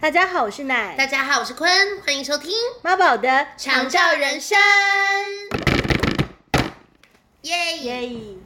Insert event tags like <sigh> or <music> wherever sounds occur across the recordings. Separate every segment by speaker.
Speaker 1: 大家好，我是奶
Speaker 2: 大家好，我是坤，欢迎收听《
Speaker 1: 妈宝的
Speaker 2: 长照人生》。耶耶！
Speaker 1: 耶。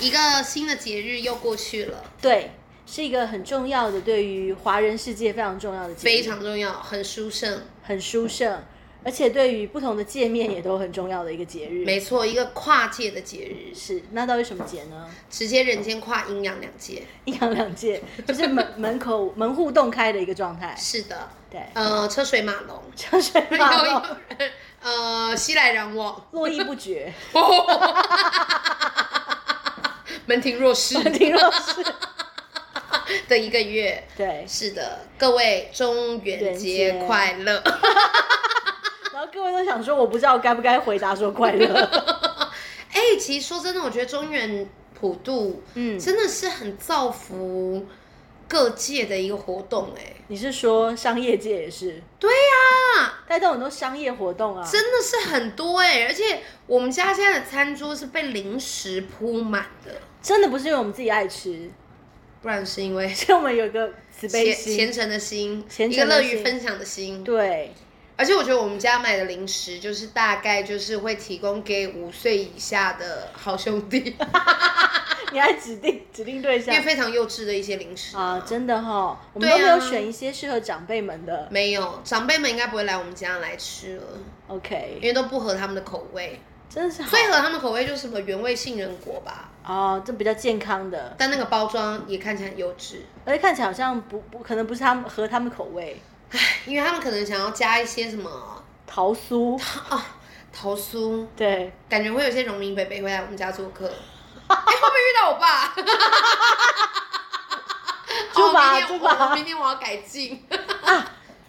Speaker 2: 一个新的节日又过去了，
Speaker 1: 对，是一个很重要的，对于华人世界非常重要的节目，
Speaker 2: 非常重要，很殊胜。
Speaker 1: 很殊胜，而且对于不同的界面也都很重要的一个节日。
Speaker 2: 没错，一个跨界的节日，
Speaker 1: 是，那到底什么节呢？
Speaker 2: 直接人间跨阴阳两界。
Speaker 1: 一阳两界，就是门 <laughs> 门口门户洞开的一个状态。
Speaker 2: 是的，
Speaker 1: 对，
Speaker 2: 呃，车水马龙，
Speaker 1: 车水马
Speaker 2: <laughs> 又
Speaker 1: 龙，
Speaker 2: 有人呃熙来攘 <laughs> 往，
Speaker 1: 络绎不绝， <laughs>
Speaker 2: 门庭若市
Speaker 1: 挺弱势。
Speaker 2: 的一个月。
Speaker 1: 对，
Speaker 2: 是的，各位中元节
Speaker 1: 元节
Speaker 2: 快乐！
Speaker 1: 然后各位都想说，我不知道该不该回答说快
Speaker 2: <laughs>
Speaker 1: 乐。
Speaker 2: 哎、其实说真的，我觉得中原普渡
Speaker 1: 嗯，
Speaker 2: 真的是很造福各界的一个活动、哎，
Speaker 1: 你是说商业界也是
Speaker 2: 对呀、
Speaker 1: 带动很多商业活动啊？
Speaker 2: 真的是很多哎、而且我们家现在的餐桌是被零食铺满的，
Speaker 1: 真的不是因为我们自己爱吃，
Speaker 2: 不然是因为
Speaker 1: 是我们有一个慈悲
Speaker 2: 虔
Speaker 1: 心
Speaker 2: 虔。诚的心，
Speaker 1: 虔
Speaker 2: 一
Speaker 1: 诚
Speaker 2: 个
Speaker 1: 的
Speaker 2: 乐于
Speaker 1: 心
Speaker 2: 分享的心。
Speaker 1: 对，
Speaker 2: 而且我觉得我们家买的零食就是大概就是会提供给五岁以下的好
Speaker 1: <laughs>
Speaker 2: 兄弟，
Speaker 1: 你还指定指定对
Speaker 2: 因
Speaker 1: 象
Speaker 2: 为非常幼稚的一些零食
Speaker 1: 啊，真的哈、我们
Speaker 2: 对
Speaker 1: 都没有
Speaker 2: 啊
Speaker 1: 选一些适合长辈们的。
Speaker 2: 没有，长辈们应该不会来我们家来吃了，因
Speaker 1: OK，
Speaker 2: 为都不合他们的口味。
Speaker 1: 真的是好
Speaker 2: 最合他们口味就是什么原味杏仁果吧，
Speaker 1: 哦，这比较健康的，
Speaker 2: 但那个包装也看起来很幼稚，
Speaker 1: 而且看起来好像不不可能不是他们合他们口味。
Speaker 2: 因为他们可能想要加一些什么
Speaker 1: 桃酥，
Speaker 2: 啊桃酥，
Speaker 1: 对，
Speaker 2: 感觉会有一些农民伯伯会来我们
Speaker 1: <laughs>
Speaker 2: 家做客。哎、会不会遇到我爸？
Speaker 1: 就吧
Speaker 2: 哦
Speaker 1: 就
Speaker 2: 明天
Speaker 1: 吧
Speaker 2: 我明天我要改进，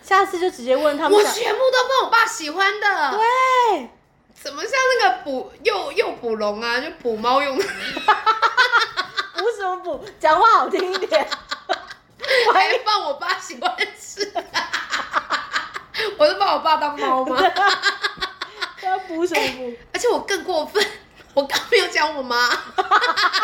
Speaker 1: 下次就直接问他们
Speaker 2: 我
Speaker 1: 想。
Speaker 2: 全部都问我爸喜欢的。
Speaker 1: 对，
Speaker 2: 怎么像那个捕幼幼捕笼啊，就捕猫用的。
Speaker 1: 补什么补？讲话好听一
Speaker 2: <laughs>
Speaker 1: 点。
Speaker 2: 我还放我爸喜欢吃， <laughs> 我都把我爸当猫吗？
Speaker 1: 要补什么补？
Speaker 2: 而且我更过分， <laughs> 我刚没有讲我妈，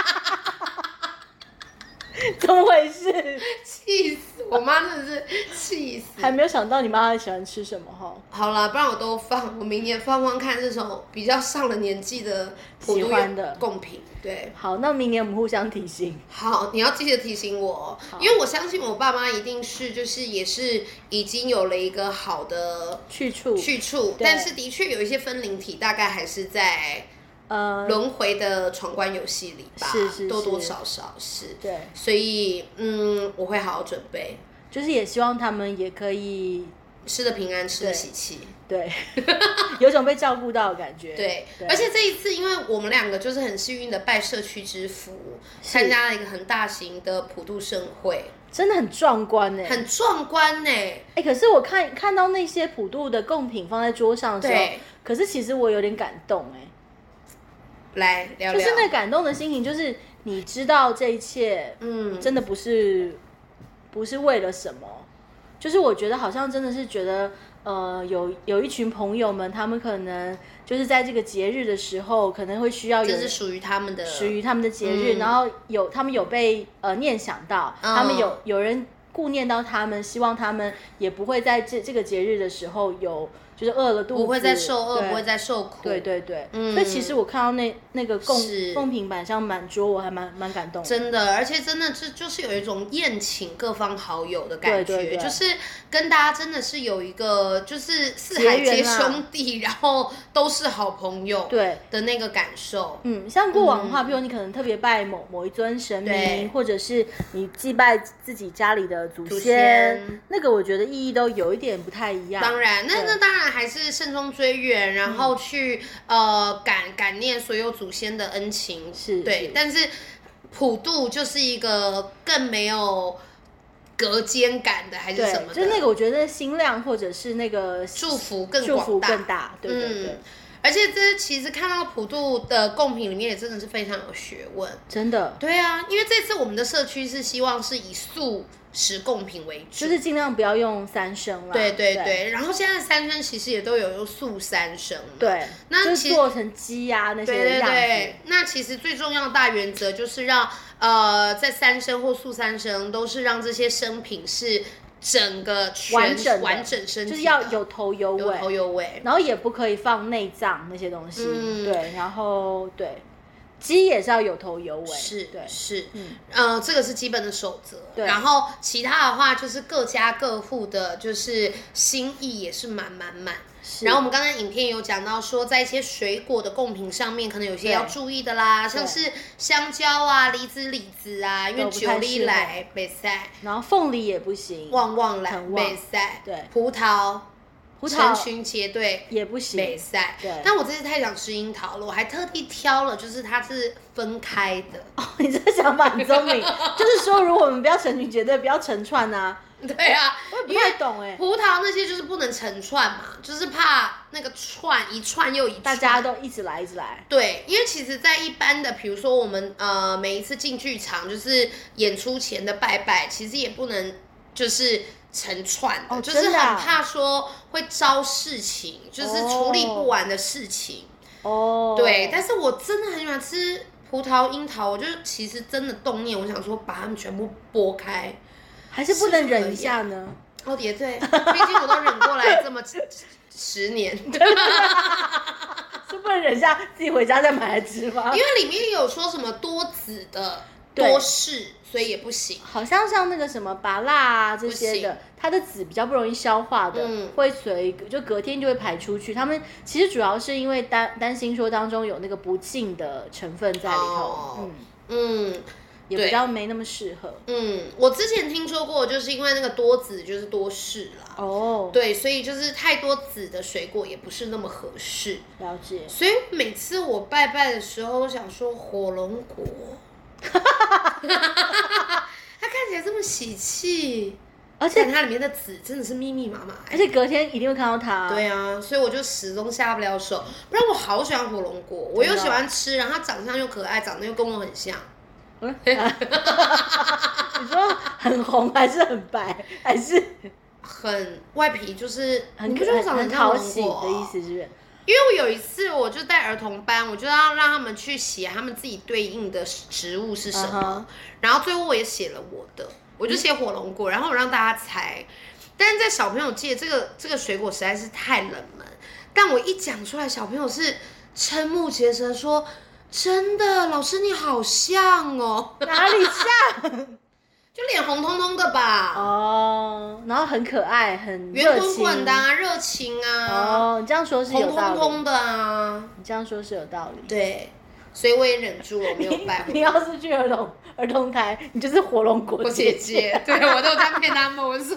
Speaker 2: <laughs> <laughs>
Speaker 1: 怎么回事？
Speaker 2: 气死我妈，真的是气
Speaker 1: <laughs>
Speaker 2: 死。
Speaker 1: 还没有想到你妈妈喜欢吃什么哈？
Speaker 2: 好啦，不然我都放，我明年放放看这种比较上了年纪的普
Speaker 1: 喜
Speaker 2: 渡
Speaker 1: 欢的
Speaker 2: 贡品。对，
Speaker 1: 好，那明年我们互相提醒。
Speaker 2: 好，你要记得提醒我哦，因为我相信我爸妈一定是就是也是已经有了一个好的
Speaker 1: 去处，
Speaker 2: 去处，
Speaker 1: 对
Speaker 2: 但是的确有一些分灵体，大概还是在
Speaker 1: 呃，
Speaker 2: 轮回的闯关游戏里吧，
Speaker 1: 是是
Speaker 2: 多多
Speaker 1: 是
Speaker 2: 少少是。
Speaker 1: 对，
Speaker 2: 所以，嗯，我会好好准备，
Speaker 1: 就是也希望他们也可以
Speaker 2: 吃的平安，吃的喜气。 <laughs>
Speaker 1: 对，有种被照顾到的感觉。
Speaker 2: 对，而且这一次，因为我们两个就是很幸运的拜社区之福，参加了一个很大型的普渡盛会，
Speaker 1: 真的很壮观呢。哎、
Speaker 2: 很壮观呢、
Speaker 1: 可是我看看到那些普渡的贡品放在桌上的时候
Speaker 2: 对，
Speaker 1: 可是其实我有点感动哎、
Speaker 2: 来聊聊，
Speaker 1: 就是那感动的心情，就是你知道这一切
Speaker 2: 嗯，
Speaker 1: 真的不是不是为了什么，就是我觉得好像真的是觉得，呃，有有一群朋友们，他们可能就是在这个节日的时候，可能会需要有
Speaker 2: 这
Speaker 1: 人
Speaker 2: 是属于他们的，
Speaker 1: 属于他们的节日，
Speaker 2: 嗯
Speaker 1: 然后有他们有被呃念想到，
Speaker 2: 嗯
Speaker 1: 他们有有人顾念到他们，希望他们也不会在这这个节日的时候有就是饿了肚子，
Speaker 2: 不会再受饿，
Speaker 1: 对
Speaker 2: 不会再受苦，
Speaker 1: 对对对，
Speaker 2: 嗯
Speaker 1: 所以其实我看到那那个贡
Speaker 2: 是
Speaker 1: 贡品板上满桌，我还蛮蛮感动的。
Speaker 2: 真的，而且真的是就是有一种宴请各方好友的感觉，
Speaker 1: 对对对
Speaker 2: 就是跟大家真的是有一个就是四海
Speaker 1: 结
Speaker 2: 皆
Speaker 1: 缘啊
Speaker 2: 兄弟，然后都是好朋友
Speaker 1: 对，
Speaker 2: 的那个感受。
Speaker 1: 嗯，像过往的话，比如你可能特别拜某某一尊神
Speaker 2: 对
Speaker 1: 明，或者是你祭拜自己家里的祖
Speaker 2: 祖
Speaker 1: 先
Speaker 2: 先，
Speaker 1: 那个我觉得意义都有一点不太一样。
Speaker 2: 当然，那
Speaker 1: 对嗯
Speaker 2: 那当然还是慎终追远，然后去、呃感感念所有祖先的恩情，
Speaker 1: 是
Speaker 2: 对
Speaker 1: 是。
Speaker 2: 但是普渡就是一个更没有隔间感的，还是
Speaker 1: 对
Speaker 2: 什么，的，
Speaker 1: 就是那个我觉得心量或者是那个
Speaker 2: 祝福更
Speaker 1: 祝
Speaker 2: 广
Speaker 1: 福更大，对对对，
Speaker 2: 嗯而且这其实看到普渡的贡品里面也真的是非常有学问。
Speaker 1: 真的
Speaker 2: 对啊，因为这次我们的社区是希望是以素食贡品为主，
Speaker 1: 就是尽量不要用三生啦。
Speaker 2: 对对
Speaker 1: 对
Speaker 2: 对。然后现在三生其实也都有用素三生嘛。
Speaker 1: 对
Speaker 2: 那
Speaker 1: 就
Speaker 2: 其
Speaker 1: 是
Speaker 2: 实
Speaker 1: 做成鸡呀、那
Speaker 2: 对
Speaker 1: 些
Speaker 2: 对
Speaker 1: 样子，
Speaker 2: 对，那其实最重要的大原则就是让呃，在三生或素三生都是让这些生品是整个全
Speaker 1: 完整的
Speaker 2: 完整身体的，
Speaker 1: 就是要有头有
Speaker 2: 有
Speaker 1: 尾，
Speaker 2: 头有尾。
Speaker 1: 然后也不可以放内脏那些东西，
Speaker 2: 嗯
Speaker 1: 对，然后对，鸡也是要有头有尾，
Speaker 2: 是
Speaker 1: 对，
Speaker 2: 是，
Speaker 1: 嗯
Speaker 2: 呃，这个是基本的守则。
Speaker 1: 对
Speaker 2: 然后其他的话就是各家各户的，就是心意也是满满满。
Speaker 1: 是
Speaker 2: 然后我们刚才影片有讲到说，在一些水果的贡品上面，可能有些
Speaker 1: 对
Speaker 2: 要注意的啦，像是香蕉啊、梨子、李子啊，因为
Speaker 1: 都不太
Speaker 2: 九
Speaker 1: 适
Speaker 2: 里
Speaker 1: 合
Speaker 2: 来北塞、
Speaker 1: 然后凤梨也不行，
Speaker 2: 旺旺来
Speaker 1: 很旺
Speaker 2: 北塞、
Speaker 1: 对
Speaker 2: 葡萄
Speaker 1: 葡
Speaker 2: 成
Speaker 1: 萄
Speaker 2: 群结队
Speaker 1: 也不行
Speaker 2: 美，赛
Speaker 1: 对。
Speaker 2: 但我真是太想吃樱桃了，我还特地挑了，就是它是分开的。
Speaker 1: <laughs> 你这个想法很聪明，就是说如果我们不要成群结队，不要成串啊，
Speaker 2: <laughs> 对啊，
Speaker 1: 不
Speaker 2: 因为
Speaker 1: 太懂哎、
Speaker 2: 葡萄那些就是不能成串嘛，就是怕那个串一串又一串。
Speaker 1: 大家都一直来一直来，
Speaker 2: 对，因为其实，在一般的，比如说我们呃每一次进剧场，就是演出前的拜拜，其实也不能就是成串的，
Speaker 1: 哦
Speaker 2: 就是
Speaker 1: 真
Speaker 2: 很
Speaker 1: 的啊
Speaker 2: 怕说会招事情，就是处理不完的事情。
Speaker 1: 哦，
Speaker 2: 对，但是我真的很喜欢吃葡萄、樱桃，我就其实真的动念，我想说把它们全部剥开。
Speaker 1: 还是不能忍一下呢。
Speaker 2: 哦，也对，毕竟我都忍过来这么十年，因
Speaker 1: 是不能忍下自己回家再买来吃吗？因为
Speaker 2: 为里面有说什么多子的、
Speaker 1: 对
Speaker 2: 多事，所以也不行。
Speaker 1: 好像像那个什么拔蜡啊这些
Speaker 2: 不行
Speaker 1: 的，它的籽比较不容易消化的，
Speaker 2: 嗯
Speaker 1: 会随就隔天就会排出去。他们其实主要是因为担担心说当中有那个不净的成分在里头，
Speaker 2: 哦
Speaker 1: 嗯，
Speaker 2: 嗯
Speaker 1: 也比较没那么适合。
Speaker 2: 嗯，我之前听说过，就是因为那个多子就是多事啦。
Speaker 1: 哦，
Speaker 2: 对，所以就是太多籽的水果也不是那么合适，
Speaker 1: 了解。
Speaker 2: 所以每次我拜拜的时候，我想说火龙果， <laughs> 它看起来这么喜气，
Speaker 1: 而
Speaker 2: 但
Speaker 1: 且
Speaker 2: 它里面的籽真的是密密麻麻、
Speaker 1: 而且隔天一定会看到它。
Speaker 2: 对啊，所以我就始终下不了手。不然我好喜欢火龙果，我又喜欢吃，然后它长相又可爱，长得又跟我很像。
Speaker 1: 嗯，你说很红还是很白，还是
Speaker 2: 很外皮就是，
Speaker 1: 很
Speaker 2: <laughs> 你不觉得我啊长得
Speaker 1: 很
Speaker 2: 像
Speaker 1: 讨
Speaker 2: 火龙
Speaker 1: 喜
Speaker 2: 果
Speaker 1: 的意思？是不是？
Speaker 2: 因为我有一次，我就带儿童班，我就要让他们去写他们自己对应的植物是什么。
Speaker 1: 嗯哼嗯
Speaker 2: 然后最后我也写了我的，我就写火龙果，然后我让大家猜。但是在小朋友界，这个这个水果实在是太冷门。但我一讲出来，小朋友是瞠目结舌，说：“真的，老师你好像哦，
Speaker 1: 哪里像？
Speaker 2: <laughs>
Speaker 1: <laughs>
Speaker 2: 就脸红彤彤的吧，
Speaker 1: 哦，然后很可爱，很热
Speaker 2: 圆
Speaker 1: 情
Speaker 2: 滚滚的、啊，热情啊，
Speaker 1: 哦，你这样说是
Speaker 2: 红
Speaker 1: 有道
Speaker 2: 彤
Speaker 1: 理。
Speaker 2: 彤的啊。
Speaker 1: 你这样说是有道”理。
Speaker 2: 对，所以我也忍住了，我没有拜
Speaker 1: <laughs> 你你要是去儿童儿童台，你就是火龙果
Speaker 2: 我姐姐，对我都有在骗他们。我说，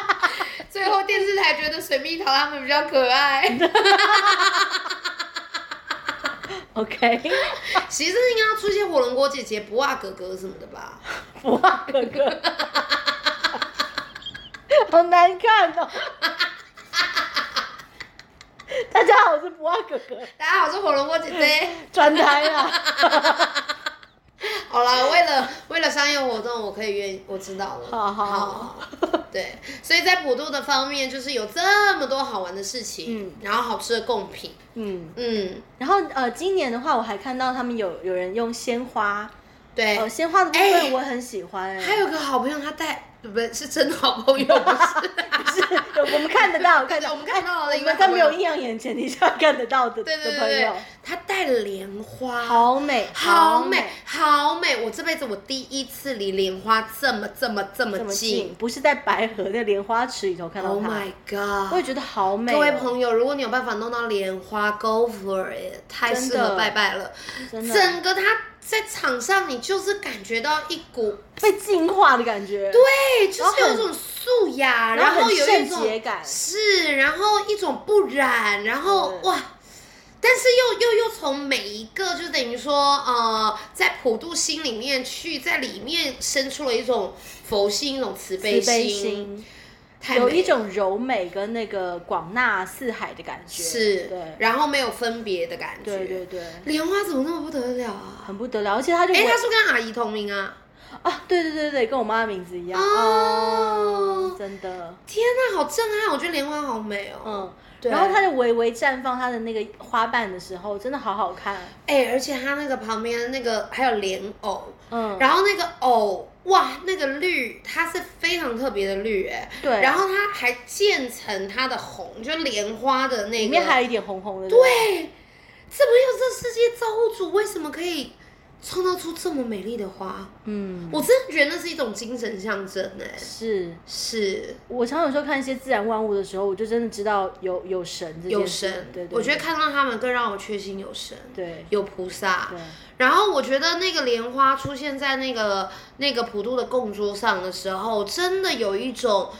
Speaker 2: <laughs> 最后电视台觉得水蜜桃他们比较可
Speaker 1: <laughs>
Speaker 2: 爱，
Speaker 1: <laughs> OK，
Speaker 2: 其实应该要出现火龙果姐姐、不袜哥哥什么的吧？
Speaker 1: 福娃哥哥， <laughs> 好难看
Speaker 2: <laughs>
Speaker 1: 哦。大家好，我是不娃哥哥，
Speaker 2: 大家好，我是火龙果
Speaker 1: <laughs>
Speaker 2: 姐姐。
Speaker 1: 转台了。
Speaker 2: 好啦，为了为了商业活动，我可以愿意，我知道了。
Speaker 1: 好好
Speaker 2: 好对，所以在普渡的方面，就是有这么多好玩的事情，
Speaker 1: 嗯
Speaker 2: 然后好吃的贡品，
Speaker 1: <laughs> 嗯，
Speaker 2: 嗯，
Speaker 1: 然后呃，今年的话，我还看到他们有有人用鲜花，
Speaker 2: 对。
Speaker 1: 呃，鲜花的部
Speaker 2: 哎
Speaker 1: 分我很喜欢、哎 <laughs>
Speaker 2: 还有个好朋友，他带不是是真的好朋友，不是。
Speaker 1: 是我们看得
Speaker 2: <laughs>
Speaker 1: 到，看得到
Speaker 2: 我们看到了
Speaker 1: 哎
Speaker 2: 一
Speaker 1: 我
Speaker 2: 个
Speaker 1: 们在没有阴阳眼前提下看得到的
Speaker 2: 对对
Speaker 1: 的
Speaker 2: 对
Speaker 1: 朋
Speaker 2: 对
Speaker 1: 友，，
Speaker 2: 他带了莲花，
Speaker 1: 好美，
Speaker 2: 好美，好美！我这辈子我第一次离莲花这么这么这么
Speaker 1: 这么近，
Speaker 2: 近
Speaker 1: 不是在白河的莲花池里头看到
Speaker 2: ，Oh
Speaker 1: 它
Speaker 2: my
Speaker 1: 我也
Speaker 2: god！
Speaker 1: 觉得好美、哦。
Speaker 2: 各位朋友，如果你有办法弄到莲花，Go for it，太适
Speaker 1: 真
Speaker 2: 合
Speaker 1: 的
Speaker 2: 拜拜了。
Speaker 1: 真的
Speaker 2: 整个他在场上，你就是感觉到一股，
Speaker 1: 被净化的感觉，
Speaker 2: 对，就
Speaker 1: 然后
Speaker 2: 是有一
Speaker 1: 很
Speaker 2: 种素雅，
Speaker 1: 然
Speaker 2: 然
Speaker 1: 后很
Speaker 2: 后有一
Speaker 1: 圣洁
Speaker 2: 种
Speaker 1: 感嗯
Speaker 2: 是，然后一种不染，然后
Speaker 1: 对
Speaker 2: 哇。但是又又又从每一个，就等于说，呃，在普渡心里面去，在里面生出了一种佛心，一种慈悲
Speaker 1: 慈悲
Speaker 2: 心，
Speaker 1: 心，
Speaker 2: 太
Speaker 1: 有
Speaker 2: 美
Speaker 1: 一种柔美跟那个广纳四海的感觉，
Speaker 2: 是
Speaker 1: 对，，
Speaker 2: 然后没有分别的感觉。
Speaker 1: 对对对，
Speaker 2: 莲花怎么那么不得了啊？
Speaker 1: 很不得了。而且它就
Speaker 2: 哎、
Speaker 1: 闻
Speaker 2: 他是不是跟阿姨同名啊？
Speaker 1: 啊，对对对对，跟我妈的名字一样，
Speaker 2: 哦
Speaker 1: 哦，真的，
Speaker 2: 天哪、好震撼！我觉得莲花好美哦。
Speaker 1: 嗯。
Speaker 2: 对
Speaker 1: 然后它就微微绽放它的那个花瓣的时候，真的好好看。
Speaker 2: 哎、而且它那个旁边那个还有莲藕，
Speaker 1: 嗯，
Speaker 2: 然后那个藕哇，那个绿它是非常特别的绿哎、
Speaker 1: 对，
Speaker 2: 然后它还渐层它的红，就莲花的那个，
Speaker 1: 里面还有一点红红的。
Speaker 2: 对，怎么有这世界造物主为什么可以创造出这么美丽的花？
Speaker 1: 嗯，
Speaker 2: 我真的觉得那是一种精神象征哎、
Speaker 1: 是
Speaker 2: 是
Speaker 1: 我常有时候看一些自然万物的时候，我就真的知道有有神这件
Speaker 2: 有
Speaker 1: 事
Speaker 2: 神，
Speaker 1: 对对，
Speaker 2: 我觉得看到他们更让我确信有神，
Speaker 1: 对
Speaker 2: 有菩萨，
Speaker 1: 对
Speaker 2: 然后我觉得那个莲花出现在那个那个普渡的供桌上的时候，真的有一种。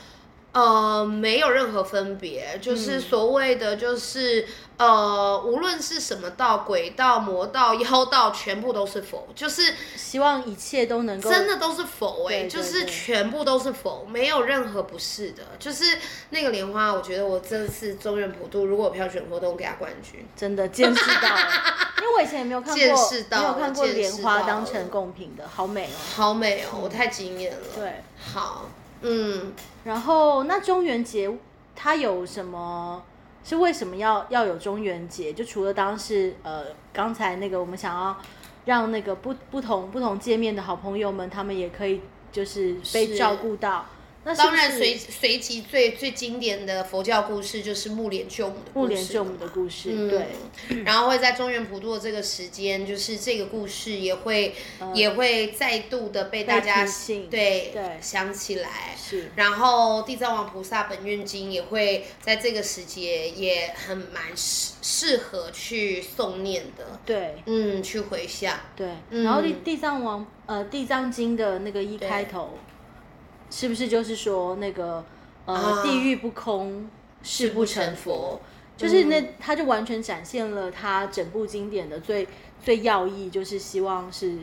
Speaker 2: 呃，没有任何分别，就是
Speaker 1: 嗯
Speaker 2: 所谓的，就是、呃，无论是什么道，鬼道、魔道、妖道，全部都是佛，就是
Speaker 1: 希望一切都能够
Speaker 2: 真的都是佛哎、
Speaker 1: 对对
Speaker 2: 就是
Speaker 1: 对
Speaker 2: 全部都是佛，没有任何不是的。就是那个莲花，我觉得我这次中原普渡，如果我票选活动，给他冠军。
Speaker 1: 真的见识到了，因为我以前也没有看过，
Speaker 2: 见识到
Speaker 1: 没有
Speaker 2: 了
Speaker 1: 看过
Speaker 2: 见
Speaker 1: 莲
Speaker 2: 识
Speaker 1: 花
Speaker 2: 到
Speaker 1: 当
Speaker 2: 了
Speaker 1: 成贡品的，好美哦。
Speaker 2: 好美哦，我太惊艳了。，
Speaker 1: 对，
Speaker 2: 好，嗯，
Speaker 1: 然后那中元节它有什么？是为什么要要有中元节？就除了当时呃刚才那个我们想要让那个不不同不同界面的好朋友们，他们也可以就是被
Speaker 2: 是
Speaker 1: 照顾到。那是不
Speaker 2: 当然
Speaker 1: 是
Speaker 2: 随随即最最经典的佛教故事就是木莲救母的故事了
Speaker 1: 木
Speaker 2: 嘛
Speaker 1: 莲救母的故事，对，
Speaker 2: 嗯，然后会在中原普渡的这个时间，就是这个故事也会、也会再度的被大家
Speaker 1: 呃被提醒
Speaker 2: 对
Speaker 1: 对
Speaker 2: 想起来。
Speaker 1: 是
Speaker 2: 然后地藏王菩萨本愿经也会在这个时节也很蛮适适合去诵念的，
Speaker 1: 对。
Speaker 2: 嗯，去回向。
Speaker 1: 对，然后地
Speaker 2: 嗯
Speaker 1: 地藏王呃地藏经的那个一开头，是不是就是说那个呃、
Speaker 2: 啊
Speaker 1: 地狱不空，誓不成
Speaker 2: 成
Speaker 1: 佛
Speaker 2: 佛？嗯
Speaker 1: 就是那他就完全展现了他整部经典的最最要义，就是希望是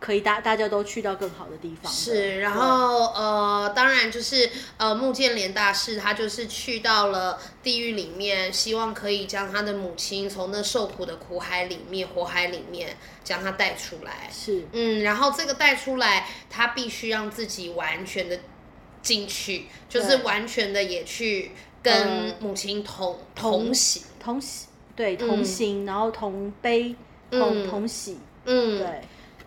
Speaker 1: 可以大大家都去到更好的地方的。
Speaker 2: 是，然后呃，当然就是呃，穆建莲大士他就是去到了地狱里面，希望可以将他的母亲从那受苦的苦海里面、火海里面将她带出来
Speaker 1: 对。是
Speaker 2: 嗯，然后这个带出来，他必须让自己完全的进去，就是
Speaker 1: 对
Speaker 2: 完全的也去
Speaker 1: 嗯
Speaker 2: 跟母亲同、同行。
Speaker 1: 同喜，对同行，然后同悲，同、
Speaker 2: 嗯
Speaker 1: 同喜，
Speaker 2: 嗯，
Speaker 1: 对，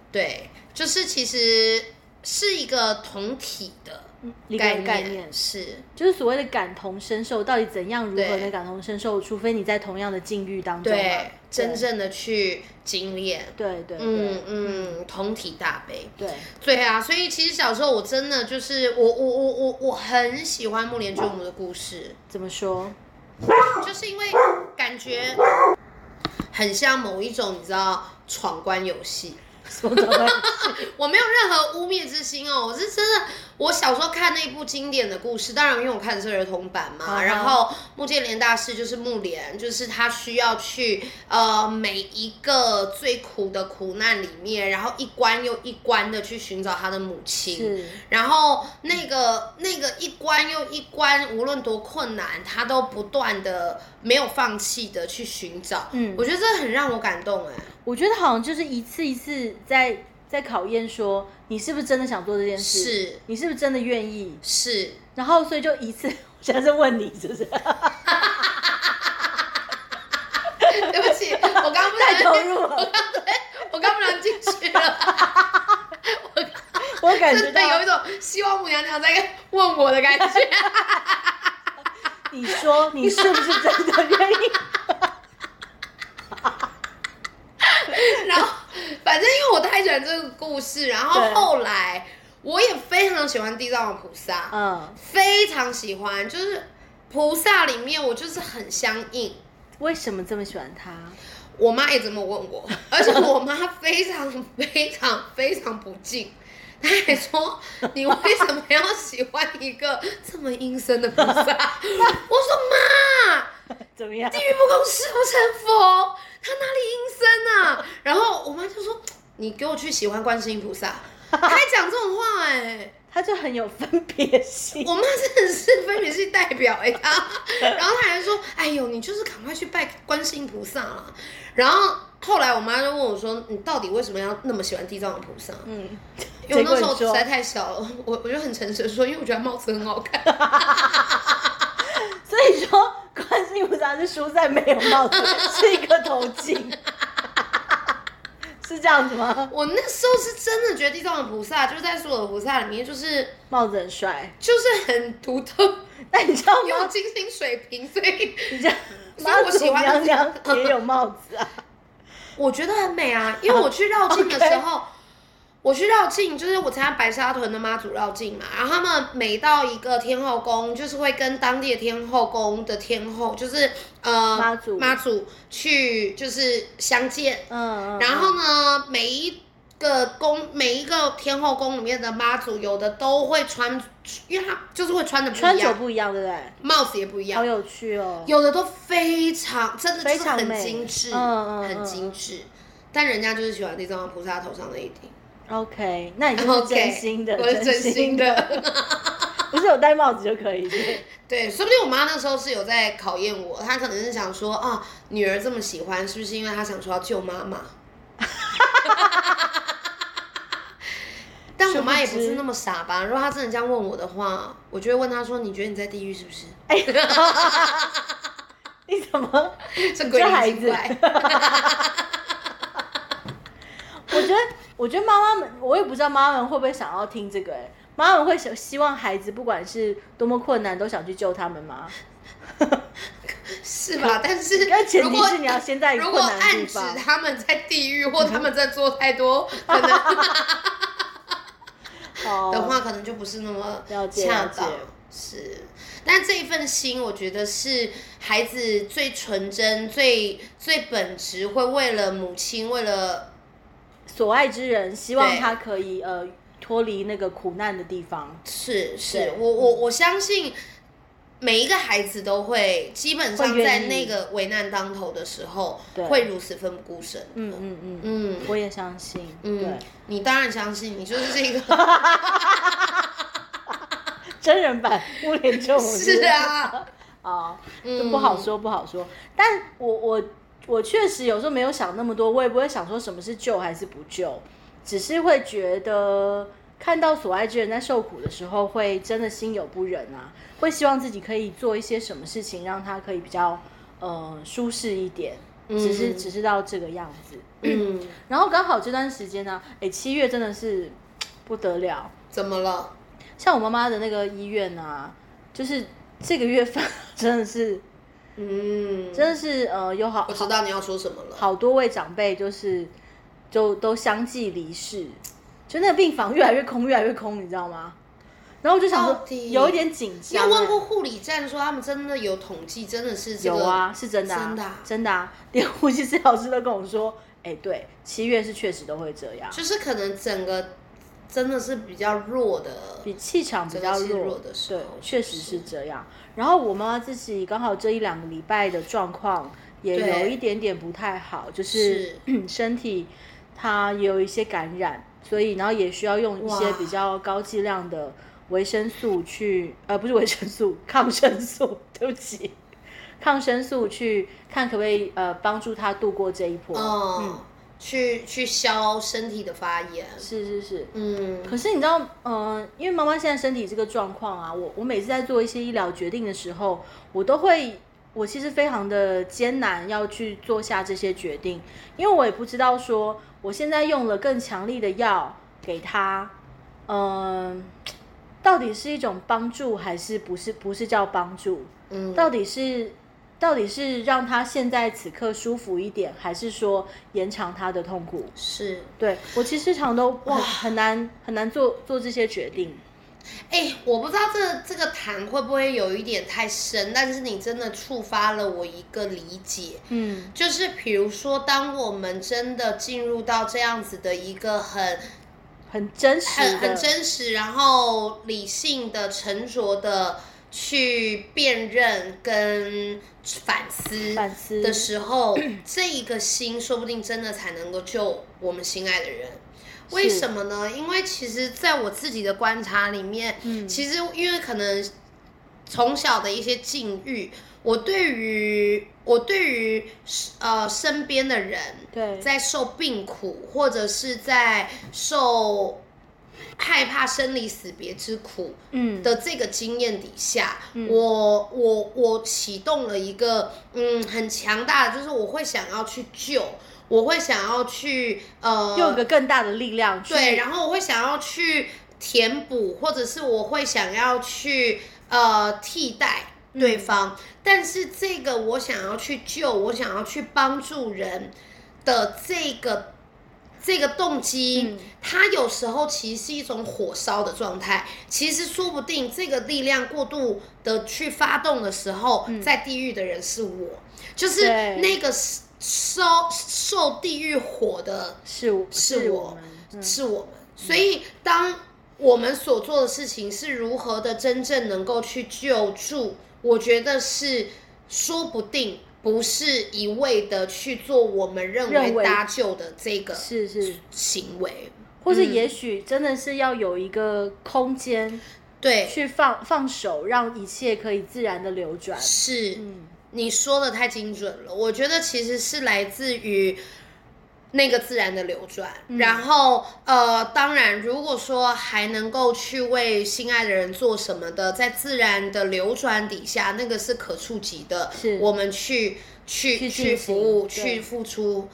Speaker 2: 对，就是其实是一个同体的
Speaker 1: 嗯一个
Speaker 2: 概
Speaker 1: 概
Speaker 2: 念，
Speaker 1: 念
Speaker 2: 是。
Speaker 1: 就是所谓的感同身受，到底怎样如何
Speaker 2: 对
Speaker 1: 能感同身受？除非你在同样的境遇当中嘛，
Speaker 2: 对，真正的去精炼。
Speaker 1: 对对对
Speaker 2: 嗯嗯，同体大悲。
Speaker 1: 对，
Speaker 2: 对啊，所以其实小时候我真的就是我我我我我很喜欢木莲救母的故事，
Speaker 1: 怎么说？ <laughs>
Speaker 2: 就是因为感觉很像某一种你知道闯关游戏。
Speaker 1: 什么怎
Speaker 2: <laughs>
Speaker 1: 么？
Speaker 2: 我没有任何污蔑之心哦，我是真的。我小时候看那部经典的故事，当然因为我看的是儿童版嘛
Speaker 1: 啊哈
Speaker 2: 然后木建莲大师就是木莲，就是他需要去呃每一个最苦的苦难里面，然后一关又一关的去寻找他的母亲。
Speaker 1: 是
Speaker 2: 然后那个那个一关又一关，无论多困难，他都不断的没有放弃的去寻找。
Speaker 1: 嗯
Speaker 2: 我觉得这很让我感动哎、
Speaker 1: 我觉得好像就是一次一次在在考验说，你是不是真的想做这件事？
Speaker 2: 是
Speaker 1: 你是不是真的愿意？
Speaker 2: 是，
Speaker 1: 然后所以就一次，我现在在问你，是不是？
Speaker 2: <laughs> 对不起，我刚刚不小
Speaker 1: 太
Speaker 2: 心
Speaker 1: 投入
Speaker 2: <laughs>
Speaker 1: 了，
Speaker 2: 我刚不能进去
Speaker 1: <laughs>
Speaker 2: 了，
Speaker 1: 我感觉
Speaker 2: 真的有
Speaker 1: 到
Speaker 2: 一种希望母娘娘在问我的感觉。
Speaker 1: 你说你是不是真的愿意？
Speaker 2: 然后，反正因为我太喜欢这个故事，然后
Speaker 1: 对
Speaker 2: 后来我也非常喜欢地藏王菩萨，
Speaker 1: 嗯，
Speaker 2: 非常喜欢，就是菩萨里面我就是很相应。
Speaker 1: 为什么这么喜欢他？
Speaker 2: 我妈也这么问我， <laughs> 而且我妈非常非常非常不敬，她还说你为什么要喜欢一个这么阴森的菩萨？我 <laughs> 说妈。
Speaker 1: 怎么
Speaker 2: <laughs>
Speaker 1: 样
Speaker 2: 地？狱不空，誓不成佛，他哪里阴森啊？然后我妈就说：“你给我去喜欢观世音菩萨。”她还讲这种话哎、
Speaker 1: 他就很有分别心。
Speaker 2: <laughs> 我妈真的是分别是代表哎、她，然后她还说：“哎呦，你就是赶快去拜观世音菩萨啦。”然后后来我妈就问我说：“你到底为什么要那么喜欢地藏王菩萨？”
Speaker 1: 嗯，
Speaker 2: 因
Speaker 1: 结
Speaker 2: 为我那
Speaker 1: 果
Speaker 2: 时
Speaker 1: 你
Speaker 2: 候实
Speaker 1: 说
Speaker 2: 在太小了，我我就很诚实的说，因为我觉得他帽子很好看。
Speaker 1: 所以说观
Speaker 2: <laughs>
Speaker 1: 世音菩萨是输在没有帽子，是一个头巾，是这样子吗？
Speaker 2: 我那时候是真的觉得地藏王菩萨就是在所有的菩萨里面，就是
Speaker 1: 帽子很帅，
Speaker 2: 就是很独特，
Speaker 1: 那你知道
Speaker 2: 有
Speaker 1: 吗？
Speaker 2: 金星水平，所以
Speaker 1: 你这样，
Speaker 2: 所以我喜欢
Speaker 1: 妈祖娘娘也有帽子
Speaker 2: <laughs>
Speaker 1: 啊。
Speaker 2: 我觉得很美啊，因为我去绕境的时候，我去绕境就是我参加白沙屯的妈祖绕境嘛，然后他们每到一个天后宫，就是会跟当地的天后宫的天后，就是呃
Speaker 1: 妈祖
Speaker 2: 妈祖去就是相见，
Speaker 1: 嗯，嗯
Speaker 2: 然后呢每一。个宫每一个天后宫里面的妈祖，有的都会穿，因为他就是会穿的不
Speaker 1: 穿
Speaker 2: 一
Speaker 1: 着
Speaker 2: 样，
Speaker 1: 不一样，对不对？
Speaker 2: 帽子也不一样
Speaker 1: 好，有趣哦。
Speaker 2: 有的都非常真的就
Speaker 1: 非
Speaker 2: 是
Speaker 1: 常
Speaker 2: 很
Speaker 1: 美
Speaker 2: 精致，
Speaker 1: 嗯嗯
Speaker 2: 很
Speaker 1: 嗯
Speaker 2: 精致。但人家就是喜欢地藏王菩萨头上那一
Speaker 1: <laughs>
Speaker 2: 顶，
Speaker 1: OK，那你
Speaker 2: <laughs>
Speaker 1: 就是真心的，
Speaker 2: 我是真心
Speaker 1: 的，
Speaker 2: 的。 <laughs>
Speaker 1: 不是有戴帽子就可以。对
Speaker 2: 对，说不定我妈那时候是有在考验我，她可能是想说啊，女儿这么喜欢，是不是因为她想说要救妈妈？ <laughs> 但我妈也不是那么傻吧？如果她真的这样问我的话，我就会问她说：“你觉得你在地狱是不是？”
Speaker 1: 你怎么？ <laughs>
Speaker 2: 这
Speaker 1: 这
Speaker 2: 鬼灵
Speaker 1: 孩
Speaker 2: 精
Speaker 1: 子
Speaker 2: 怪。
Speaker 1: <laughs> 我觉得，我觉得妈妈们，我也不知道妈妈们会不会想要听这个、哎，妈妈们会想希望孩子不管是多么困难，都想去救他们吗？
Speaker 2: 是吧？但是
Speaker 1: 但前
Speaker 2: 如
Speaker 1: 提
Speaker 2: 果
Speaker 1: 是你要先在
Speaker 2: 如
Speaker 1: 困
Speaker 2: 果
Speaker 1: 难的
Speaker 2: 暗
Speaker 1: 地
Speaker 2: 指
Speaker 1: 方嗯
Speaker 2: 他们在地狱或他们在做太
Speaker 1: <laughs>
Speaker 2: 多可能
Speaker 1: 哦，
Speaker 2: 的话，可能就不是那么
Speaker 1: 了解
Speaker 2: 恰
Speaker 1: 了解
Speaker 2: 当。是，但这一份心，我觉得是孩子最纯真、最最本质，会为了母亲，为了
Speaker 1: 所爱之人，希望
Speaker 2: 对
Speaker 1: 他可以呃脱离那个苦难的地方。
Speaker 2: 是是
Speaker 1: 对，
Speaker 2: 我我我相信每一个孩子都会，基本上
Speaker 1: 会
Speaker 2: 在
Speaker 1: 愿意
Speaker 2: 那个危难当头的时候，
Speaker 1: 对
Speaker 2: 会如此奋不顾身。
Speaker 1: 嗯嗯嗯，
Speaker 2: 嗯
Speaker 1: 我也相信。
Speaker 2: 嗯
Speaker 1: 对，，
Speaker 2: 你当然相信，你就是这
Speaker 1: <laughs>
Speaker 2: 个。
Speaker 1: 真人版乌脸救母
Speaker 2: <laughs> 是啊，
Speaker 1: 啊，
Speaker 2: 嗯
Speaker 1: 这不好说，不好说。但我我我确实有时候没有想那么多，我也不会想说什么是救还是不救，只是会觉得看到所爱之人在受苦的时候，会真的心有不忍啊，会希望自己可以做一些什么事情，让他可以比较呃舒适一点。只是
Speaker 2: 嗯
Speaker 1: 只是到这个样子， <laughs>
Speaker 2: 嗯，
Speaker 1: 然后刚好这段时间呢、哎、七月真的是不得了，
Speaker 2: 怎么了？
Speaker 1: 像我妈妈的那个医院啊，就是这个月份 <laughs> 真的是
Speaker 2: 嗯，
Speaker 1: 真的是呃有好
Speaker 2: 我知道你要说什么了。
Speaker 1: 好多位长辈就是就都相继离世，就那个病房越来越空，越来越空，你知道吗？然后我就想
Speaker 2: 到
Speaker 1: 说
Speaker 2: 底
Speaker 1: 有一点紧
Speaker 2: 你
Speaker 1: 张、
Speaker 2: 有
Speaker 1: 欸
Speaker 2: 问过护理站说他们真的有统计，真的是这个
Speaker 1: 有啊，是真的、啊，
Speaker 2: 真的啊
Speaker 1: 真的啊，连呼吸治疗师都跟我说，哎、对，七月是确实都会这样，
Speaker 2: 就是可能整个真的是比较弱的，
Speaker 1: 比气场比较
Speaker 2: 真的是
Speaker 1: 弱
Speaker 2: 弱的时候
Speaker 1: 对，确实
Speaker 2: 是
Speaker 1: 是这样。然后我妈妈自己刚好这一两个礼拜的状况也
Speaker 2: 对
Speaker 1: 有一点点不太好，就是 <clears throat> 嗯身体它也有一些感染，所以然后也需要用一些
Speaker 2: 哇
Speaker 1: 比较高剂量的维生素去，呃，不是维生素，抗生素，对不起，抗生素去看可不可以呃帮助她度过这一波。
Speaker 2: 嗯，去去消身体的发炎，
Speaker 1: 是是是，
Speaker 2: 嗯，
Speaker 1: 可是你知道，嗯、因为妈妈现在身体这个状况啊，我我每次在做一些医疗决定的时候，我都会，我其实非常的艰难要去做下这些决定，因为我也不知道说我现在用了更强力的药给她，嗯、到底是一种帮助还是不是不是叫帮助？
Speaker 2: 嗯
Speaker 1: 到底是到底是让她现在此刻舒服一点，还是说延长她的痛苦？
Speaker 2: 是。
Speaker 1: 对我其实常都哇很难很难做做这些决定，
Speaker 2: 哎、我不知道这这个谈会不会有一点太深，但是你真的触发了我一个理解，
Speaker 1: 嗯，
Speaker 2: 就是比如说，当我们真的进入到这样子的一个很
Speaker 1: 很真实
Speaker 2: 很
Speaker 1: 的，
Speaker 2: 很真实，然后理性的、沉着的去辨认跟反思
Speaker 1: 反思
Speaker 2: 的时候，这一个心说不定真的才能够救我们心爱的人。为
Speaker 1: 是
Speaker 2: 什么呢？因为其实在我自己的观察里面，
Speaker 1: 嗯
Speaker 2: 其实因为可能从小的一些境遇，我对于我对于呃身边的人，
Speaker 1: 对，
Speaker 2: 在受病苦或者是在受害怕生离死别之苦
Speaker 1: 嗯，
Speaker 2: 的这个经验底下，
Speaker 1: 嗯
Speaker 2: 我我我启动了一个嗯很强大的，就是我会想要去救。我会想要去呃
Speaker 1: 用一个更大的力量去
Speaker 2: 对，然后我会想要去填补，或者是我会想要去呃替代对
Speaker 1: 嗯
Speaker 2: 方，但是这个我想要去救，我想要去帮助人的这个这个动机，
Speaker 1: 嗯
Speaker 2: 它有时候其实是一种火烧的状态。其实说不定这个力量过度的去发动的时候，在地狱的人是我，就是
Speaker 1: 嗯对
Speaker 2: 那个受受地狱火的
Speaker 1: 是我
Speaker 2: 是
Speaker 1: 我
Speaker 2: 我
Speaker 1: 们，嗯
Speaker 2: 们，是我们。所以，当我们所做的事情是如何的真正能够去救助，我觉得是说不定不是一味的去做我们认
Speaker 1: 认
Speaker 2: 为
Speaker 1: 为
Speaker 2: 搭救的这个
Speaker 1: 是是，
Speaker 2: 行为。
Speaker 1: 或是
Speaker 2: 嗯
Speaker 1: 也许真的是要有一个空间
Speaker 2: 对，
Speaker 1: 去放放手，让一切可以自然的流转。
Speaker 2: 是。
Speaker 1: 嗯，
Speaker 2: 你说的太精准了，我觉得其实是来自于那个自然的流转。
Speaker 1: 嗯
Speaker 2: 然后呃，当然，如果说还能够去为心爱的人做什么的，在自然的流转底下，那个是可触及的。
Speaker 1: 是
Speaker 2: 我们去去
Speaker 1: 去
Speaker 2: 去
Speaker 1: 进行
Speaker 2: 服务、
Speaker 1: 对
Speaker 2: 去付出。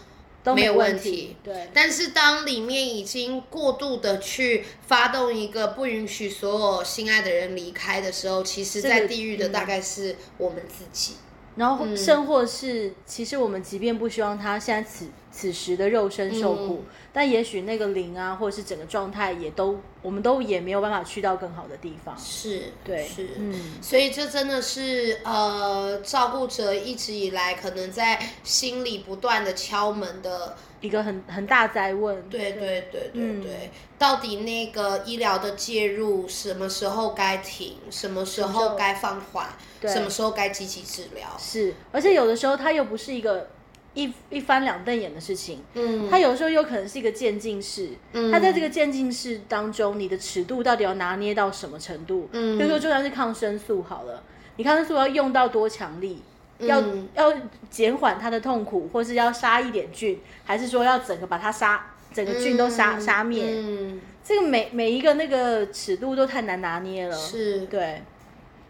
Speaker 1: 都
Speaker 2: 没有
Speaker 1: 问
Speaker 2: 问题
Speaker 1: 对，
Speaker 2: 但是当里面已经过度的去发动一个不允许所有心爱的人离开的时候，其实，
Speaker 1: 这
Speaker 2: 在
Speaker 1: 个
Speaker 2: 地狱的
Speaker 1: 嗯
Speaker 2: 大概是我们自己。
Speaker 1: 然
Speaker 2: 嗯
Speaker 1: 后甚或是，其实我们即便不希望他现在此此时的肉身受苦，
Speaker 2: 嗯
Speaker 1: 但也许那个灵啊，或者是整个状态也都，我们都也没有办法去到更好的地方。
Speaker 2: 是，
Speaker 1: 对，
Speaker 2: 是，
Speaker 1: 嗯，
Speaker 2: 所以这真的是呃，照顾者一直以来可能在心里不断的敲门的，
Speaker 1: 一个很很大灾问。
Speaker 2: 对对对对
Speaker 1: 嗯
Speaker 2: 对，到底那个医疗的介入什么时候该停，什么时
Speaker 1: 什么时
Speaker 2: 候
Speaker 1: 候
Speaker 2: 该放缓，
Speaker 1: 对
Speaker 2: 什么时候该积极治疗，
Speaker 1: 是，而且有的时候它又不是一个一一翻两瞪眼的事情，
Speaker 2: 嗯，
Speaker 1: 它有时候有可能是一个渐进式。
Speaker 2: 嗯
Speaker 1: 它在这个渐进式当中，你的尺度到底要拿捏到什么程度？
Speaker 2: 嗯
Speaker 1: 比如说就算是抗生素好了，你抗生素要用到多强力？要、
Speaker 2: 嗯
Speaker 1: 要减缓它的痛苦，或是要杀一点菌，还是说要整个把它杀，整个菌都杀、
Speaker 2: 嗯
Speaker 1: 杀灭？
Speaker 2: 嗯，
Speaker 1: 这个每每一个那个尺度都太难拿捏了。
Speaker 2: 是，
Speaker 1: 对，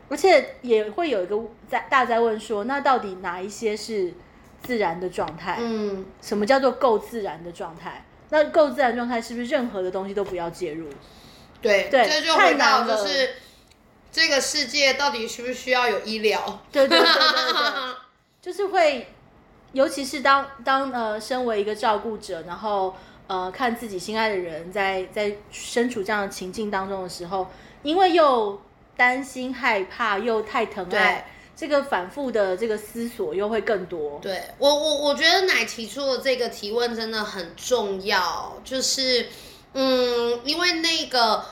Speaker 1: 而且也会有一个在大家问说，那到底哪一些是自然的状态？
Speaker 2: 嗯，
Speaker 1: 什么叫做够自然的状态？那够自然状态是不是任何的东西都不要介入？
Speaker 2: 对，
Speaker 1: 对
Speaker 2: 这就
Speaker 1: 太
Speaker 2: 回到
Speaker 1: 难
Speaker 2: 就
Speaker 1: 了
Speaker 2: 是这个世界到底需不需要有医疗？ <laughs>
Speaker 1: 对对对对对，就是会，尤其是当当呃，身为一个照顾者，然后呃，看自己心爱的人在在身处这样的情境当中的时候，因为又担心、害怕，又太疼爱，这个反复的这个思索又会更多。
Speaker 2: 对我，我我觉得奶提出的这个提问真的很重要，就是，嗯，因为那个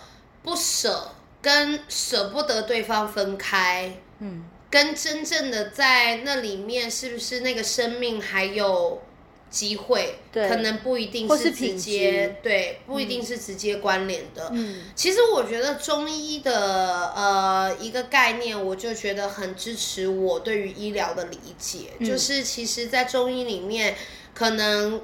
Speaker 2: 不舍跟舍不得对方分开，
Speaker 1: 嗯，
Speaker 2: 跟真正的在那里面是不是那个生命还有机会，
Speaker 1: 对
Speaker 2: 可能不一定
Speaker 1: 或
Speaker 2: 是
Speaker 1: 是
Speaker 2: 直
Speaker 1: 品
Speaker 2: 接
Speaker 1: 质，
Speaker 2: 对，不一定是直接关联的，
Speaker 1: 嗯，
Speaker 2: 其实我觉得中医的呃一个概念，我就觉得很支持我对于医疗的理解，
Speaker 1: 嗯
Speaker 2: 就是其实，在中医里面可能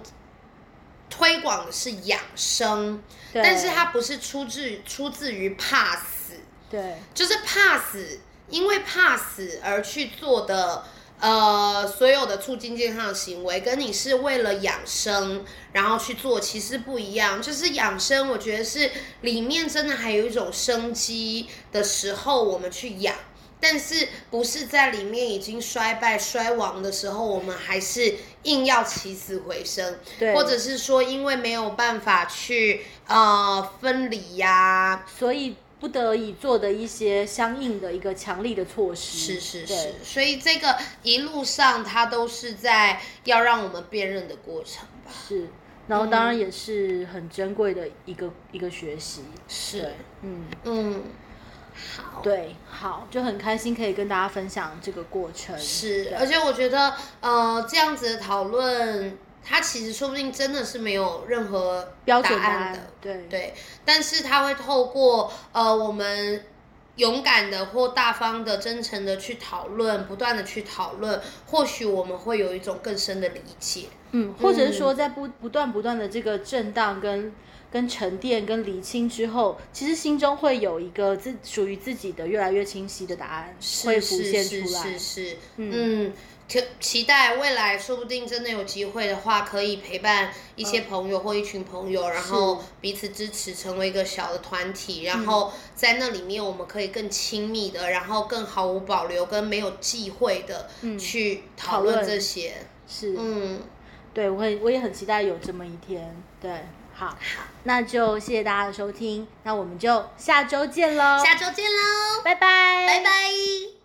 Speaker 2: 推广的是养生，
Speaker 1: 对
Speaker 2: 但是它不是出自出自于怕死，
Speaker 1: 对
Speaker 2: 就是怕死，因为怕死而去做的。呃，所有的促进健康的行为，跟你是为了养生然后去做，其实不一样。就是养生，我觉得是里面真的还有一种生机的时候，我们去养，但是不是在里面已经衰败衰亡的时候，我们还是硬要起死回生。
Speaker 1: 对，
Speaker 2: 或者是说，因为没有办法去呃分离呀、
Speaker 1: 所以不得已做的一些相应的一个强力的措施。
Speaker 2: 是是
Speaker 1: 对
Speaker 2: 是，所以这个一路上它都是在要让我们辨认的过程吧。
Speaker 1: 是，然后当然
Speaker 2: 嗯
Speaker 1: 也是很珍贵的一个、一个学习。
Speaker 2: 是
Speaker 1: 对，嗯。
Speaker 2: 嗯，好，
Speaker 1: 对，好，就很开心可以跟大家分享这个过程。
Speaker 2: 是
Speaker 1: 对，
Speaker 2: 而且我觉得呃这样子的讨论，它其实说不定真的是没有任何
Speaker 1: 标准
Speaker 2: 答案的，
Speaker 1: 对
Speaker 2: 对，但是它会透过呃我们。勇敢的或大方的、真诚的去讨论，不断的去讨论，或许我们会有一种更深的理解。
Speaker 1: 嗯，或者是说在不不断不断的这个震荡跟跟沉淀跟厘清之后，其实心中会有一个自属于自己的越来越清晰的答案
Speaker 2: 是
Speaker 1: 会浮
Speaker 2: 是
Speaker 1: 现
Speaker 2: 是
Speaker 1: 出来
Speaker 2: 是。是，嗯，期期待未来，说不定真的有机会的话，可以陪伴一
Speaker 1: 嗯
Speaker 2: 些朋友或一群朋友，然后彼此支持，成为一个小的团
Speaker 1: 嗯
Speaker 2: 体，然后在那里面我们可以更亲密的，然后更毫无保留跟没有忌讳的去讨
Speaker 1: 嗯讨
Speaker 2: 论
Speaker 1: 论
Speaker 2: 这些。
Speaker 1: 是，
Speaker 2: 嗯，
Speaker 1: 对我很我也很期待有这么一天。对，好，那就谢谢大家的收听，那我们就下周见喽，
Speaker 2: 下周见喽，
Speaker 1: 拜拜，
Speaker 2: 拜拜。